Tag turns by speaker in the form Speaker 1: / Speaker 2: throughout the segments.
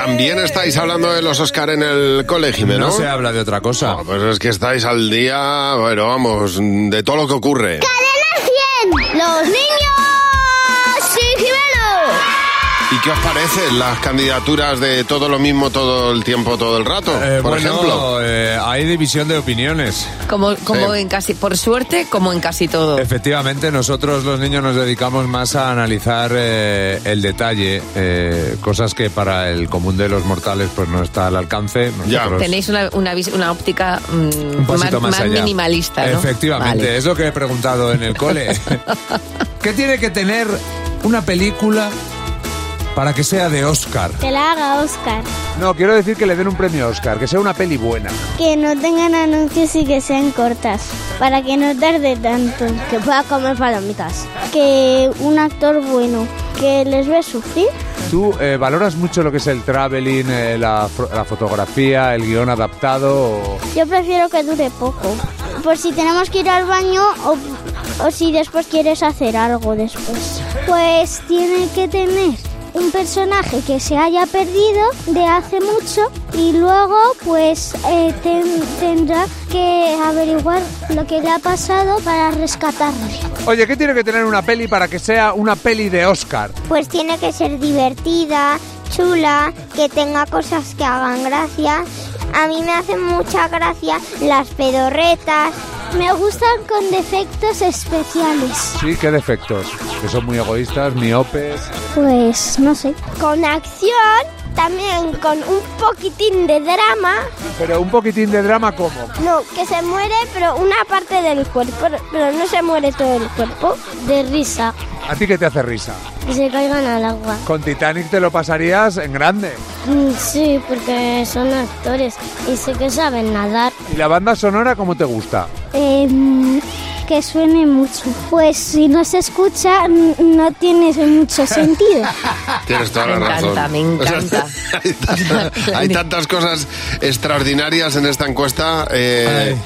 Speaker 1: También estáis hablando de los Oscar en el cole, Jimeno.
Speaker 2: No se habla de otra cosa.
Speaker 1: Ah, pues es que estáis al día, bueno, vamos, de todo lo que ocurre.
Speaker 3: ¡Cadena 100! ¡Los niños! ¡Sí,
Speaker 1: ¿Y qué os parecen las candidaturas de todo lo mismo todo el tiempo, todo el rato?
Speaker 2: Eh,
Speaker 1: por
Speaker 2: bueno,
Speaker 1: ejemplo.
Speaker 2: eh, hay división de opiniones.
Speaker 4: Como, como
Speaker 1: Sí.
Speaker 4: en casi, por suerte, como en casi
Speaker 1: Ah.
Speaker 4: todo.
Speaker 2: Efectivamente, nosotros los niños nos dedicamos más a analizar eh, el detalle, eh, cosas que para el común de los mortales pues no está al alcance.
Speaker 1: Ya.
Speaker 2: Nosotros-
Speaker 4: Tenéis una, una, vis- una óptica mm,
Speaker 2: pues, un
Speaker 4: más,
Speaker 2: pasito más,
Speaker 4: más
Speaker 2: allá.
Speaker 4: minimalista, ¿no?
Speaker 2: Efectivamente,
Speaker 4: Vale.
Speaker 2: es lo que he preguntado en el cole. ¿Qué tiene que tener una película para que sea de Oscar?
Speaker 3: Que la haga Oscar.
Speaker 2: No, quiero decir que le den un premio Oscar, que sea una peli buena.
Speaker 3: Que no tengan anuncios y que sean cortas. Para que no tarde tanto. Que pueda comer palomitas. Que un actor bueno. Que les ve sufrir.
Speaker 2: ¿Tú eh, valoras mucho lo que es el traveling, eh, la, fo- la fotografía, el guión adaptado? o-
Speaker 3: Yo prefiero que dure poco. Por si tenemos que ir al baño o, o si después quieres hacer algo después. Pues tiene que tener un personaje que se haya perdido de hace mucho y luego pues eh, ten- tendrá que averiguar lo que le ha pasado para rescatarle.
Speaker 2: Oye, ¿qué tiene que tener una peli para que sea una peli de Oscar?
Speaker 3: Pues tiene que ser divertida, chula, que tenga cosas que hagan gracia. A mí me hacen mucha gracia las pedorretas. Me gustan con defectos especiales.
Speaker 2: Sí, qué defectos. Que son muy egoístas, miopes.
Speaker 3: Pues no sé. Con acción, también con un poquitín de drama.
Speaker 2: Pero un poquitín de drama, ¿cómo?
Speaker 3: No, que se muere, pero una parte del cuerpo, pero no se muere todo el cuerpo. De risa,
Speaker 2: ¿A ti qué te hace risa?
Speaker 3: que se caigan al agua. Mm,
Speaker 2: Con Titanic te lo pasarías en grande.
Speaker 3: Sí, porque son actores y sé que saben nadar.
Speaker 2: ¿Y la banda sonora cómo te gusta?
Speaker 3: Em, que suene mucho. Pues si no se escucha, n- no tiene mucho sentido.
Speaker 2: ah,
Speaker 1: Tienes toda la
Speaker 4: Me
Speaker 1: razón.
Speaker 4: encanta, me encanta.
Speaker 1: hay, tantas, hay tantas cosas extraordinarias en esta encuesta. eh,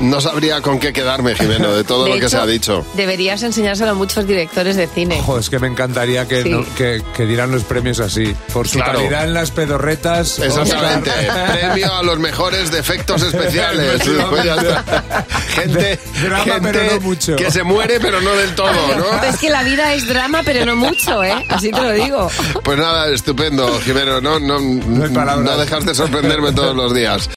Speaker 1: no sabría con qué quedarme, Jimeno, de todo lo
Speaker 4: De
Speaker 1: que se
Speaker 4: hecho,
Speaker 1: ha dicho.
Speaker 4: Deberías enseñárselo a muchos directores de cine.
Speaker 2: Ojo, es que me encantaría que,
Speaker 4: Sí.
Speaker 2: no- que, que dieran los premios así. Por su
Speaker 1: Claro.
Speaker 2: calidad en las pedorretas.
Speaker 1: Exactamente.
Speaker 2: Oscar.
Speaker 1: Premio a los mejores defectos especiales. Pues ya está. Gente,
Speaker 2: Drama,
Speaker 1: gente
Speaker 2: pero no mucho.
Speaker 1: que se muere, pero no del todo,
Speaker 4: Es
Speaker 1: ¿no?
Speaker 4: que la vida es drama, pero no mucho, ¿eh? Así te lo digo.
Speaker 1: Pues nada, estupendo, Jimeno. No, no,
Speaker 2: hay palabras.
Speaker 1: no dejas de sorprenderme todos los días.